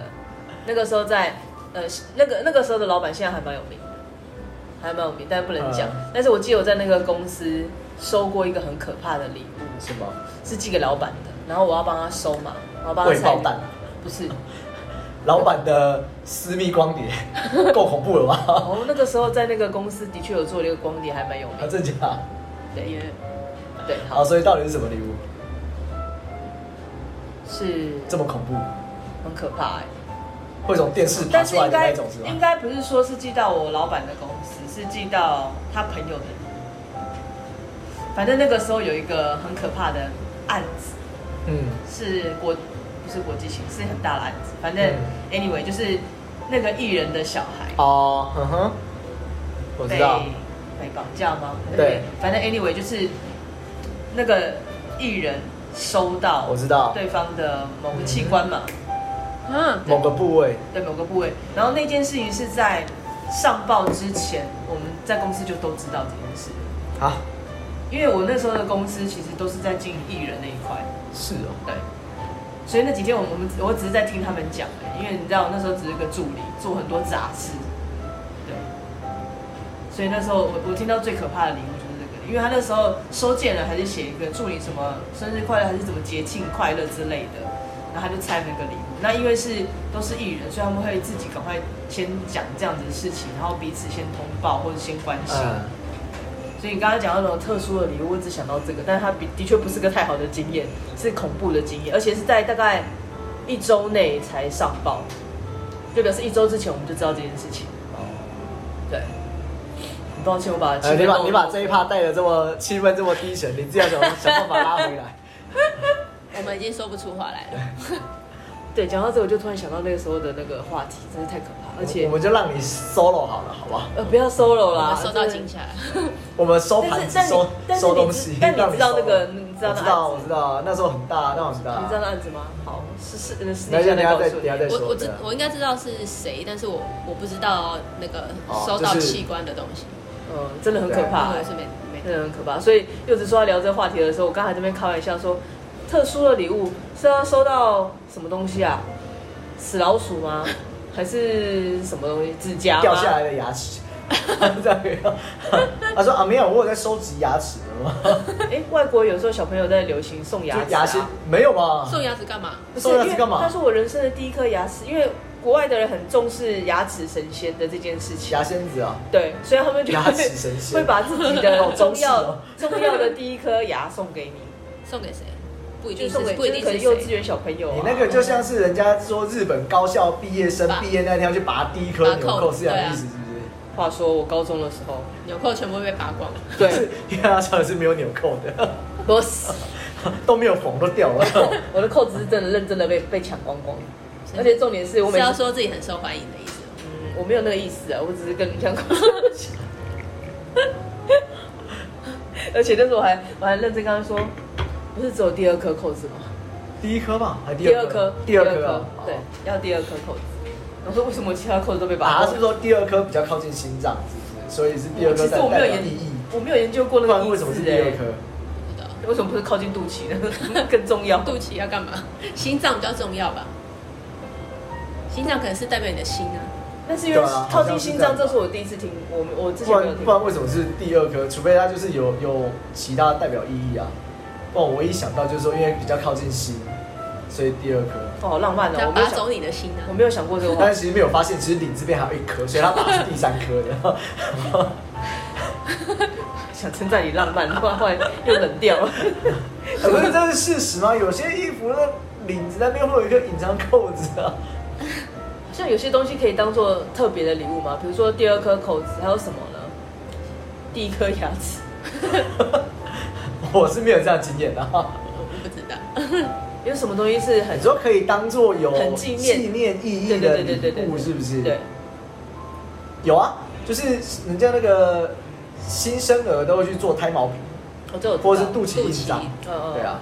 A: 那个时候在呃那个那个时候的老板现在还蛮有名的，还蛮有名，但不能讲。
B: 嗯
A: 但是我记得我在那个公司收过一个很可怕的礼物，
B: 什么？
A: 是寄给老板的，然后我要帮他收嘛，然后帮他
B: 未爆
A: 拆
B: 弹，
A: 不是。
B: 老板的私密光碟，够恐怖了吧？
A: 哦，那个时候在那个公司的确有做了一个光碟，还蛮有名
B: 啊，
A: 的。
B: 真假？
A: 对，对，
B: 嗯好，
A: 好
B: 所以到底是什么礼物
A: 是
B: 这么恐怖？
A: 很可怕哎、
B: 会从电视爬
D: 但是
B: 出来
D: 应
B: 的那
D: 该
B: 一种是吧？
D: 应该不是说是寄到我老板的公司，是寄到他朋友的。反正那个时候有一个很可怕的案子，
B: 嗯，
D: 是国不是国际刑，是很大的案子。反正
B: 嗯
D: anyway 就是那个艺人的小孩
B: 哦，嗯哼，我
D: 被
B: 知道，
D: 被绑架吗？
B: 对，
D: 反正 anyway 就是那个艺人收到
B: 我知道，
D: 对方的某个器官嘛，
C: 嗯，
B: 某个部位，
D: 对某个部位。然后那件事情是在上报之前，我们在公司就都知道这件事，
B: 啊，
D: 因为我那时候的公司其实都是在经营艺人那一块，
B: 是哦，
D: 对。所以那几天我们我只是在听他们讲、而已因为你知道我那时候只是个助理，做很多杂事，对。所以那时候我我听到最可怕的礼物就是这个，因为他那时候收件人还是写一个祝你什么生日快乐还是怎么节庆快乐之类的，然后他就拆了一个礼物。那因为是都是艺人，所以他们会自己赶快先讲这样子的事情，然后彼此先通报或者先关心。
B: 嗯，
D: 所以你刚刚讲到那种特殊的礼物，我只想到这个，但是它比的确不是个太好的经验，是恐怖的经验，而且是在大概一周内才上报，就表示一周之前我们就知道这件事情。
B: 哦，
D: 对，很抱歉，我把
B: 呃，你把你把这
D: 一
B: 一趴带的这么气氛这么低沉，你自己要想想办法拉回来。
C: 我们已经说不出话来了。
A: 对，讲到这我就突然想到那个时候的那个话题，真是太可怕，而且
B: 我们就让你 solo 好了，好不好？
A: 呃不要 solo
C: 我
A: 啦，
C: 们收到
A: 真
C: 惊
A: 的
C: 吓了，
B: 我们收盘
A: 但
B: 子
A: 是
B: 收
A: 但是
B: 收
A: 你
B: 东西，
A: 但你
B: 让
A: 知道那个
B: 收
A: 你知道那
B: 我知
A: 个
B: 道，
A: 案
B: 我知道，那时候很大，那我知道。
A: 你知道那案子吗？好，是是
D: 呃
A: 嗯，私
B: 等
A: 底
B: 一下
A: 下再
B: 等一下
A: 告
B: 再
A: 诉
B: 等一下
A: 你。
B: 再说。
C: 我我知
B: 对
C: 我应该知道是谁，但是我我不知道那个
B: 哦
C: 收到
B: 就是
C: 器官的东西，
D: 呃
A: 嗯，真的很可怕、
C: 我
A: 欸
B: 啊
C: 也，是没没
A: 真的很可怕。所以柚子说要聊这个话题的时候，我刚才这边开玩笑说，特殊的礼物是要收到什么东西啊？死老鼠吗？ 还是什么东西？指甲吗
B: 掉下来的牙 齿。他说啊，没有，我有在收集牙齿的吗？
A: 哎、外国有时候小朋友在流行送牙齿、啊，
B: 牙齿没有吧？
C: 送牙齿干嘛？
A: 不是
B: 送牙齿干嘛
A: 因为它是我人生的第一颗牙齿，因为国外的人很重视牙齿神仙的这件事情。
B: 牙仙子啊，
A: 对，所以他们就
B: 牙
A: 会
B: 齿神仙
A: 会把自己
B: 好
A: 的
B: 中
A: 中
B: 式
A: 药、
B: 哦
A: 中药的第一颗牙送给 你，
C: 送给谁？不一
A: 就
C: 定是
A: 送给
C: 不一
A: 就是
C: 定
A: 可
C: 是
A: 能幼稚
C: 谁。
A: 园小朋友、啊。
B: 你那个就像是人家说日本高校毕业生
C: 拔
B: 毕业那天要去拔第一颗纽扣是这样的意思，是不
A: 话说，我高中的时候，
C: 纽扣全部被拔光，
B: 是
A: 对，？
B: 因为他校的是没有纽扣的，
A: 我死
B: 都没有缝，都掉了。
A: 我的扣子是真的认真的被被抢光光，而且重点是我
C: 是
A: 每
C: 要
A: 次、
C: 说自己很受欢迎的意思吗。
A: 嗯、我没有那个意思啊，我只是跟你讲过。 而且那时候我还我还认真跟他说，不是只有第二颗扣子吗？
B: 第一颗吧，还是
A: 第二颗，
B: 第二颗啊，
A: 对，要第二颗扣子。我说为什么其他扣子都被拔
B: 啊，
A: 光
B: 是
A: 了
B: 不是说 第二颗比较靠近心脏，是不是？所以是第二
A: 我哦其
B: 颗
A: 实
B: 在
A: 我没
B: 代
A: 有
B: 表
A: 研
B: 意义。
A: 我没有研究过
B: 不
A: 那个
B: 然
A: 意
B: 为什么是
A: 思
B: 第二
A: 哎，
B: 颗？
C: 不知道
A: 为什么不是靠近肚脐呢？ 那更重要。
B: 啊
C: 肚脐要干嘛？ 心脏比较重要吧？心脏可能是代表你的心啊。
A: 但是因为
B: 对啊
A: 靠近心脏，
B: 好像
A: 这
B: 是这样吧
A: 是我第一次听，我我之前
B: 不
A: 没有
B: 然
A: 听
B: 不
A: 过。
B: 然为什么是第二颗？除非它就是有有其他代表意义啊。不然我一想到就是说，因为比较靠近心，所以第二颗。
A: 哦，好浪漫哦！
C: 要
A: 我没有
C: 拔
A: 想
C: 走，你的心啊
A: 我！没有想过这个话
B: 但
A: 题。
B: 是其实没有发现，其实领子边还有一颗，所以它打是第三颗的。
A: 想称赞你浪漫，突然突然又冷掉了。
B: 可是这是事实吗？有些衣服的领子那边会有一个隐藏扣子啊。
A: 像有些东西可以当做特别的礼物吗？比如说第二颗口子，还有什么呢？第一颗牙齿。
B: 我是没有这样经验的、啊。
C: 我不知道，
A: 有什么东西是很
B: 哎你说可以当做有
A: 很纪念
B: 意义
A: 对
B: 的
A: 对对对
B: 礼
A: 对
B: 物，
A: 对，
B: 是不是？
A: 对，
B: 有啊，就是人家那个新生儿都会去做胎毛笔，
A: 我哦这我
B: 或
A: 知
B: 者
A: 道
B: 是肚脐印章
C: 肚，
A: 嗯嗯
B: 对啊。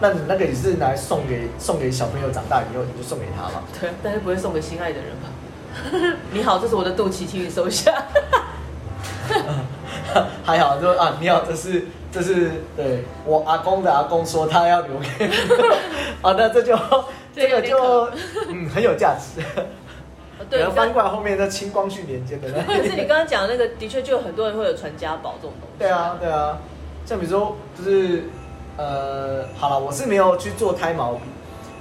B: 那你那个也是拿来送给送给小朋友长大以后，你就送给他嘛。
A: 对，但是不会送给心爱的人吧？ 你好，这是我的肚脐，请你收 下。
B: 还好，就啊，你好，这是这是对我阿公的阿公说他要留给你， 好那这就这
C: 这
B: 个
C: 有点
B: 就嗯很有价值，
A: 哦对，
B: 然
A: 你
B: 后
A: 知
B: 翻
A: 道
B: 过来后面的清光绪年间的那
A: 可是你刚刚讲的那
B: 啊
A: 个，的确就有很多人会有传家宝这种东西。
B: 对啊，对啊，像比如说，就是呃，好了，我是没有去做胎毛笔，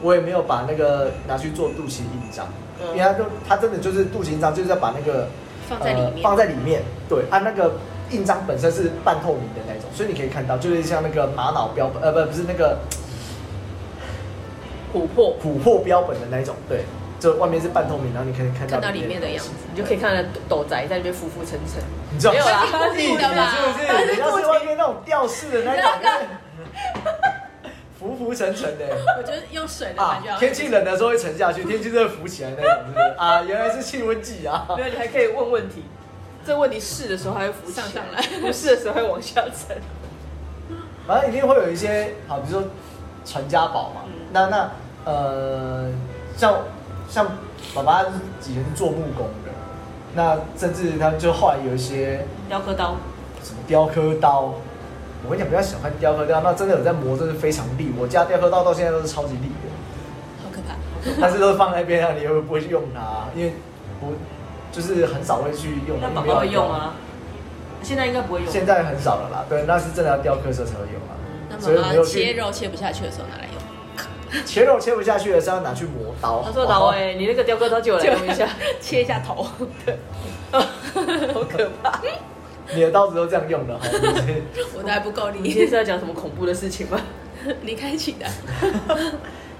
B: 我也没有把那个拿去做肚脐印章，
A: 嗯
B: 因为它就它真的就是肚脐印章，就是要把那个
C: 放在里面
B: 呃放在里面，对，它、那个印章本身是半透明的那种，所以你可以看到，就是像那个玛瑙标本，呃，不不是那个
A: 琥珀，
B: 琥珀标本的那一种，对，就外面是半透明，然后你可以看到
C: 看到里面的样子
B: 东西
A: 你就可以看到斗宅在那边浮浮沉沉。
B: 你知道
A: 没有啦
C: 那是固定的吧
B: 是不是？人家是外面那种吊饰的那种，浮浮沉 沉的、
C: 我觉得用水的
B: 啊
C: 感觉，好像
B: 天气冷的时候会沉下去，天气热浮起来那种，是不是？啊，原来是气温计啊！
A: 没有，你还可以问问题。这问题是的时候还会浮起
C: 上上来
A: 不是的时候会往下沉。
B: 反正一定会有一些好，比如说传家宝嘛。
C: 嗯
B: 那那呃，像像爸爸以前是做木工的，那甚至他就后来有一些
D: 雕刻刀，
B: 什么雕刻刀，我跟你讲，不要小看雕刻刀，那真的有在磨，真的非常利。我家雕刻刀到现在都是超级利的。
C: 好可怕。
B: 但是都放在边上，你又不会去用它，因为不就是很少会去用。
D: 那
B: 因为
D: 宝
B: 没有
D: 宝会用？啊？现在应该不会用。
B: 现在很少了啦，对，那是真的要雕刻色才会用啊。
C: 那
B: 所以
C: 妈
B: 没
C: 妈
B: 有
C: 切
B: 去
C: 肉切不下去的时候拿来用，
B: 切肉切不下去的是要拿去磨刀。哦
A: 他说：“老哎、你那个雕刻刀借我来用 一下。
C: 切一下头。对，
A: 好可怕！
B: 你的刀子都这样用的，好哦是不是
C: 我的还不够
A: 你今天
C: 力
A: 是，要讲什么恐怖的事情吗？
C: 离开起的。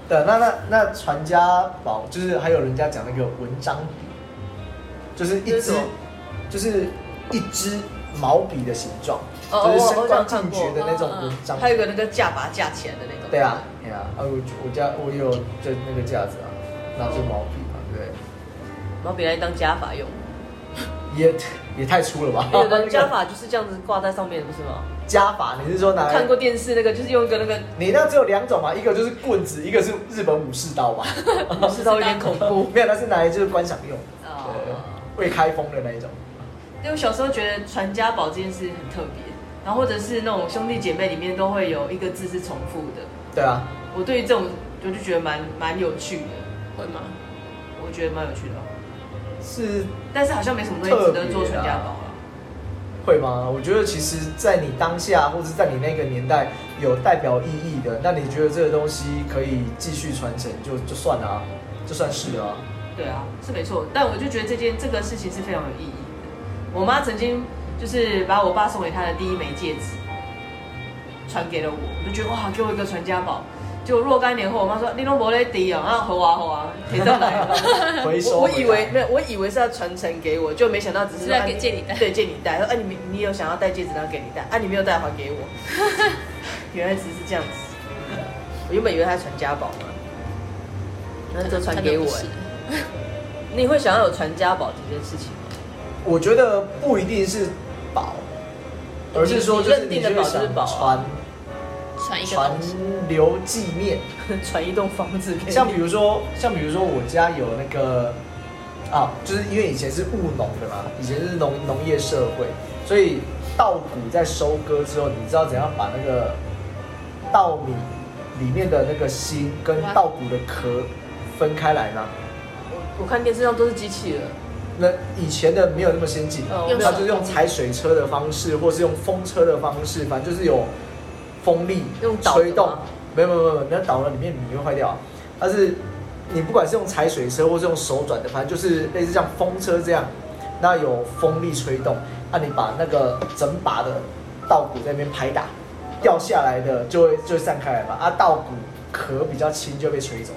B: 对，那那那传家宝就是还有人家讲那个文章笔，就是一
A: 这是什
B: 支
A: 么，
B: 就是一支毛笔的形状，
A: 哦
B: 就是
A: 我我
B: 升
A: 好
B: 官
A: 像
B: 进
A: 看过
B: 爵的那种
C: 嗯嗯
B: 文章笔
A: 还有一个那个架把它架起来的那种。
B: 对啊，对啊，啊我我家我有就那个架子啊，然
A: 哦
B: 后就毛笔嘛，对不
A: 然后别人来当加法用，
B: 对，也也太粗了吧？
A: 有 的加法就是这样子挂在上面，不是吗？
B: 加法，你是说拿来
A: 看过？电视那个，就是用一个那个，
B: 你那只有两种嘛，一个就是棍子，一个是日本武士 刀吧？
A: 不知道有点恐怖。
B: 没有，那是拿来就是观赏用，对
A: 哦，
B: 未开封的那一种。
D: 因为我小时候觉得传家宝这件事很特别，然后或者是那种兄弟姐妹里面都会有一个字是重复的，
B: 对啊，
D: 我对于这种我就觉得蛮蛮有趣的，
C: 会吗？
D: 我觉得蛮有趣的哦，
B: 是
D: 但是好像没什么东西值得做传家宝啊。
B: 会吗？我觉得其实，在你当下或是在你那个年代有代表意义的，那你觉得这个东西可以继续传承，就就算了啊，就算是啊。
D: 对啊，是没错，但我就觉得这件这个事情是非常有意义的。我妈曾经就是把我爸送给她的第一枚戒指传给了我，我就觉得哇，给我一个传家宝。结果若干年后，我妈说你都没在滴啊，啊好啊好啊，铁上来了。
B: 回收
A: 我我
B: 回来
A: 以为没有，我以为是要传承给我，就没想到只是
C: 是
A: 说
C: 要
A: 啊
C: 给借你戴
A: 对，借你戴。说哎、你你有想要戴戒指，然后给你戴。啊，你没有戴，还给我。 原来只是这样子。我原本以为他传家宝嘛，那就传给我、欸
C: 可能不是
A: 你会想要有传家宝这件事情吗？
B: 我觉得不一定是宝，而是说就是你会想传
C: 传一个
B: 传
C: 东西，
B: 留纪念，
A: 传一栋房子给你。
B: 像比如说像比如说我家有那个啊，就是因为以前是务农的嘛，以前是农农业社会，所以稻谷在收割之后，你知道怎样把那个稻米里面的那个芯跟
C: 哇
B: 稻谷的壳分开来吗？
A: 我看电视上都是机器人，
B: 那以前的没有那么先进，
A: 哦
B: 它就是用踩水车的方式，或是用风车的方式，反正就是有风力
A: 用倒的
B: 吹动
A: 吗。
B: 没有没有没有，你要倒了里面米会坏掉、啊。但是你不管是用踩水车，或是用手转的，反正就是类似像风车这样，那有风力吹动，那、你把那个整把的稻谷在那边拍打，掉下来的就会就会散开来嘛。啊，稻谷壳比较轻，就会被吹走。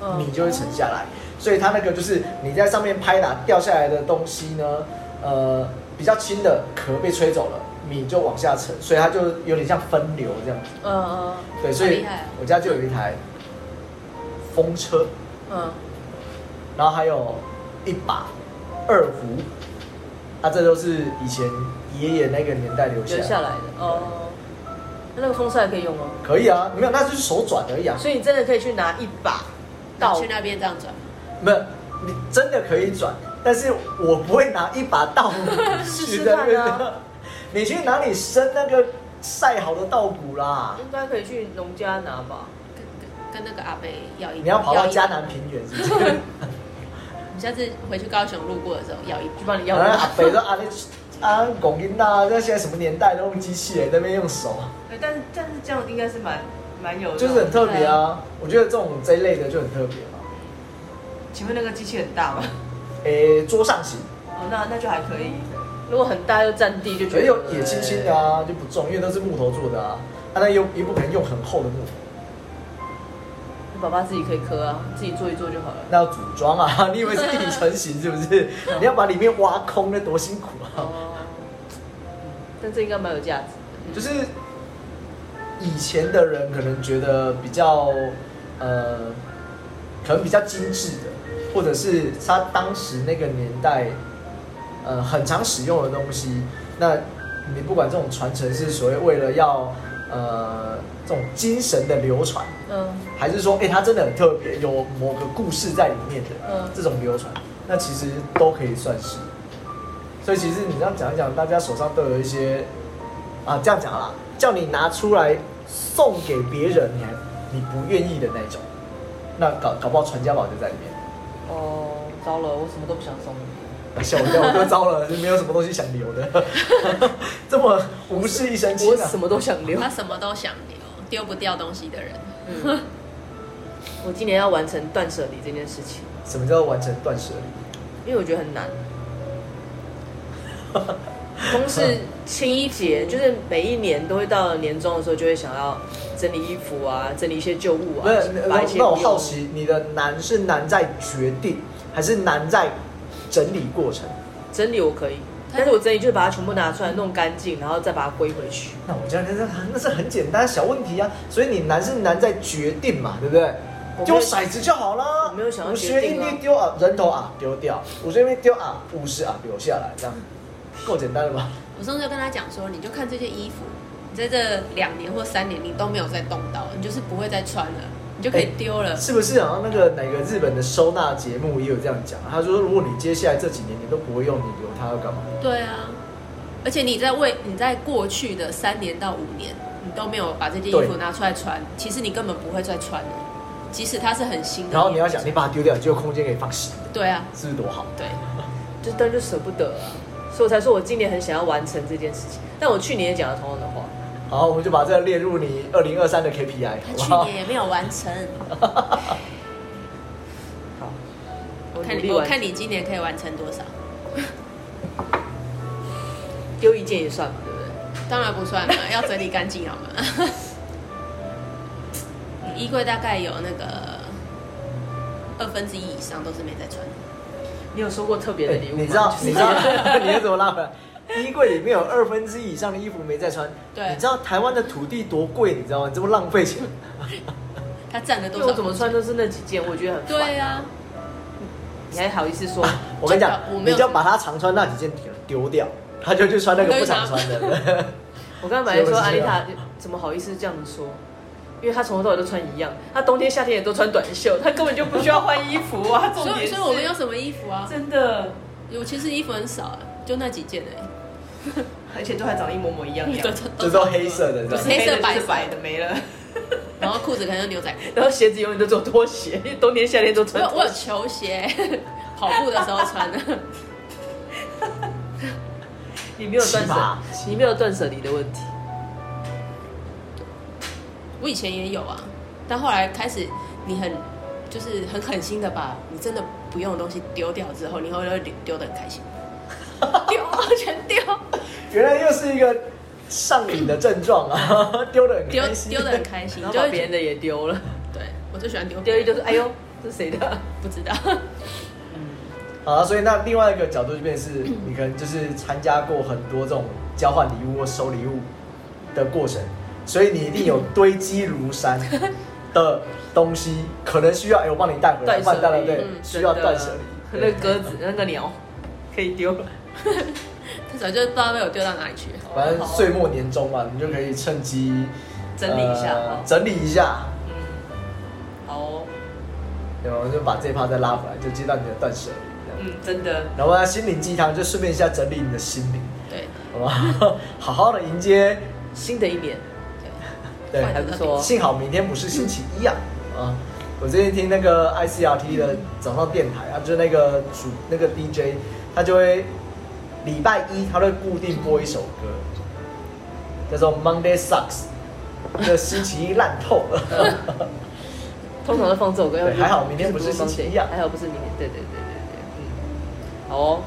A: 嗯
B: 你就会沉下来。所以它那个就是你在上面拍打掉下来的东西呢，呃，比较轻的壳被吹走了，米就往下沉，所以它就有点像分流这样子。
A: 嗯嗯
B: 对，所
C: 好
B: 以
C: 厉害啊
B: 我家就有一台风车，
A: 嗯，
B: 然后还有一把二胡，啊，这都是以前爷爷那个年代留下
A: 留
B: 来
A: 下来的哦。那那个风扇还可以用吗？
B: 可以啊，没有，那就是手转而已啊，
A: 所以你真的可以去拿一把稻
C: 去那边这样转，
B: 没有，你真的可以转，但是我不会拿一把 稻谷
A: 试
B: 去
A: 试
B: 那边
A: 看啊。
B: 你去哪里生那个晒好的稻谷啦？
A: 应该可以去农家拿吧？
C: 跟跟跟那个阿贝要一。
B: 你要跑到
C: 要一
B: 迦南平原是不是？
C: 你下次回去高雄路过的时候要一
A: 去
C: 把。
A: 帮你要
B: 然后阿
A: 吧。
B: 北说啊，你啊，拱音呐，那现在什么年代都用机器人，在那边用手，
D: 对，但是但是这样应该是蛮蛮有，
B: 就是很。特别啊。我觉得这种这一类的就很特别嘛。
D: 请问那个机器很大吗？
B: 诶、桌上型，
D: 哦，那那就还可以。
A: 如果很大又占地，就觉得
B: 所
A: 呃
B: 以有野青青的啊，就不重，因为都是木头做的啊。啊，那又也不可能用很厚的木头，
A: 你爸爸自己可以刻啊，自己做一做就好了。
B: 那要组装啊。 你以为是一体成型是不是？你要把里面挖空，那多辛苦啊！
A: 哦，但这应该蛮有价值的。
B: 就是以前的人可能觉得比较呃，可能比较精致的，或者是他当时那个年代呃很常使用的东西，那你不管这种传承是所谓为了要呃这种精神的流传，
A: 嗯，
B: 还是说哎、诶它真的很特别，有某个故事在里面的，
A: 嗯
B: 这种流传，那其实都可以算是。所以其实你这样讲一讲，大家手上都有一些啊，这样讲啦，叫你拿出来送给别人，你还你不愿意的那种，那搞搞不好传家宝就在里面。
A: 哦，糟了，我什么都不想送你。
B: 啊吓我一跳，我就糟了，就没有什么东西想留的， 这么无事一身轻
A: 我
B: 啊
A: 什！么都想留
C: 他。什么都想留，丢不掉东西的人。
A: 嗯 我今年要完成断舍离这件事情，
B: 什么叫完成断舍 离？
A: 因为我觉得很难。光是
B: 嗯
A: 清衣节， 就是每一年都会到年终的时候，就会想要整理衣服啊，整理一些旧物啊，
B: 不是，
A: 把
B: 那
A: 一些
B: 那我
A: 不用
B: 好奇，你的难是难在决定，还是难在整理过程？
A: 整理我可以，但是我整理就是把它全部拿出来弄干净，然后再把它归回去。
B: 那我这样那是那是很简单的小问题啊，所以你难是难在决定嘛，对不对
A: 我没有？
B: 丢骰子就好啦。
A: 我没有想要
B: 五
A: 决
B: 十
A: 定
B: 硬
A: 啊
B: 币丢啊，人头啊丢掉，五十硬币丢啊，五十啊留下来，这样够简单了吧？
C: 我上次就跟他讲说，你就看这件衣服，你在这两年或三年你都没有再动到，你就是不会再穿了，你就可以丢了。
B: 哎是不是？好像那个哪个日本的收纳节目也有这样讲，啊他说如果你接下来这几年你都不会用，你留它要干嘛？
C: 对啊，而且你在为你在过去的三年到五年，你都没有把这件衣服
B: 对
C: 拿出来穿，其实你根本不会再穿了，即使它是很新的。
B: 然后你要想，
C: 也
B: 你把它丢掉，你就有空间可以放新的，
C: 不对啊，
B: 是不是多好？
C: 对，
A: 就但就舍不得啊，所以我才说我今年很想要完成这件事情。但我去年也讲了同样的话，
B: 好，我们就把这个列入你二零二三的 KPI，好不
C: 他去
B: 好
C: 年？也没有完 成。
A: 好，我
C: 看
A: 努
C: 你，
A: 力
C: 我
A: 完
C: 看你今年可以完成多少？
A: 丢一件也算嘛，对不对？
C: 当然不算了， 要整理干净好吗？你衣柜大概有那个二分之一以上都是没在穿的。
A: 你有收过特别的礼物吗？
B: 哎你知道
A: 就，是
B: 你知道， 你是怎么拉回来？衣柜里面有二分之一以上的衣服没在穿。
C: 对
B: 你知道台湾的土地多贵，你知道吗？你这么浪费钱，
C: 它占了多
A: 因
C: 少？
A: 为我怎么穿？都是那几件，我觉得很烦。
C: 对啊，
A: 你还好意思说？
B: 我跟你讲
C: 真的我，没
B: 你
C: 有
B: 就把他常穿那几件丢掉，他就去穿那个不常穿的。
A: 我刚才本来
B: 是
A: 说
B: 我是
A: 安
B: 这
A: 妮
B: 样
A: 塔怎么好意思这样说？因为她从头到尾都穿一样，她冬天夏天也都穿短袖，她根本就不需要换衣服啊。重
C: 所
A: 点
C: 以
A: 是
C: 所以我没有什么衣服啊，
D: 真的，
C: 我其实衣服很少啊，就那几件而
D: 而且都还长得一模模一 样
C: 已，
D: 样
C: 都，
B: 就都黑色的
D: 不是
B: 这
C: 黑
D: 黑
C: 色
D: 色
C: 白
D: 白
C: 色
D: 白的没 了。
C: 然后裤子可能就牛仔裤。
A: 然后鞋子永远都只有拖鞋，因为冬天夏天都
C: 我
A: 穿
C: 有我
A: 拖
C: 有
A: 鞋。
C: 球鞋， 跑步的时候穿的。
A: 你没有断
B: 起码
A: 舍，你没有断舍离的问题。
C: 我以前也有啊，但后来开始你很就是很狠心的把你真的不用的东西丢掉之后，你会会丢丢的 很开心，丢全丢，
B: 原来又是一个上瘾的症状啊， 丢的很
C: 丢
B: 开心。
C: 丢的很开心，
A: 然后
C: 就
A: 把
C: 会
A: 别人的也丢 了，
C: 对我最喜欢丢
A: 丢一丢说哎呦，这谁的啊？
C: 不知道， 嗯
B: 好啊，所以那另外一个角度就 变成是，你可能就是参加过很多这种交换礼物或收礼物的过程，所以你一定有堆积如山 的东西，可能需要哎、我帮你带回来，
A: 断
B: 换掉
A: 舍
B: 了
A: 离，
B: 对，
A: 嗯
B: 需要
A: 真的
B: 断舍离。
A: 那
B: 对
A: 个鸽子，那个鸟，可以丢了。
C: 他早就不知道被我丢到哪里去了。
B: 反正岁末年终嘛，你就可以趁机
D: 整理一下
B: 呃
D: 哦
B: 整理一下，
C: 嗯
D: 好哦，
B: 对吧？我们就把这一趴再拉回来，就接到你的断舍离。这样
D: 嗯，真的，
B: 然后呢，心灵鸡汤就顺便一下整理你的心灵，
C: 对，
B: 好不好？ 好好的迎接，
A: 新的一年，
B: 对，
C: 换
A: 还不错哦。嗯
B: 幸好明天不是星期一啊！啊，我最近听那个 ICRT 的早上电台啊，就是那个主那个 DJ，他就会礼拜一他会固定播一首歌，叫做 Monday Sucks，这星期一烂透 了。
A: 通常都放这首歌，要
B: 对
A: 不就
B: 还好明天不是星期一啊
A: 还好不是明天，对对对对对，嗯，好哦，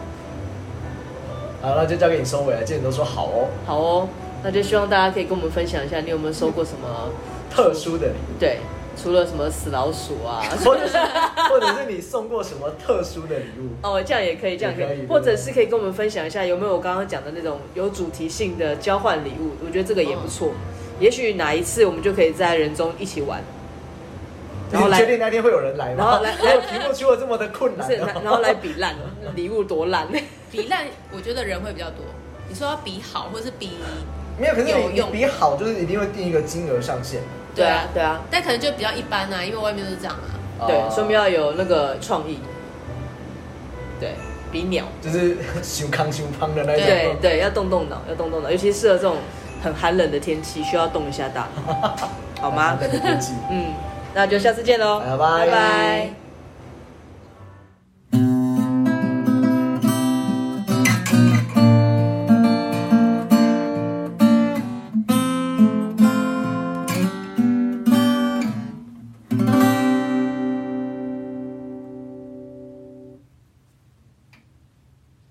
B: 好，那就交给你收尾了。既然你都说好哦，
A: 好哦，那就希望大家可以跟我们分享一下，你有没有收过什么？
B: 特殊的礼物，
A: 对，除了什么死老鼠 啊，
B: 或者是或者是你送过什么特殊的礼物？
A: 哦，这样也可以，这样也可
B: 也可
A: 以，
B: 以
A: 或者是可以跟我们分享一下有没有我刚刚讲的那种有主题性的交换礼物，我觉得这个也不错。
B: 哦
A: 也许哪一次我们就可以在人中一起玩，然后
B: 你
A: 来
B: 确定那天会有人来吗？
A: 然后来
B: 还有题目出了这么的困
A: 不
B: 难
A: 是，
B: 哦，
A: 然后来比烂礼物多烂，
C: 比烂，我觉得人会比较多。你说要比好，或是比，
B: 没有，可是
C: 有
B: 你
C: 用
B: 你比好就是一定会定一个金额上限，
A: 对啊，对啊，
C: 但可能就比较一般啊，因为外面都是这样啊。
A: 对
B: 哦，
A: 说明要有那个创意，对比鸟，
B: 就是 熊康熊胖的那种。
A: 对 对，要动动脑，要动动脑，尤其适合这种很寒冷的天气，需要动一下大脑，好吗
B: 那？个年纪。
A: 嗯，那就下次见喽，
B: 拜拜
A: 拜拜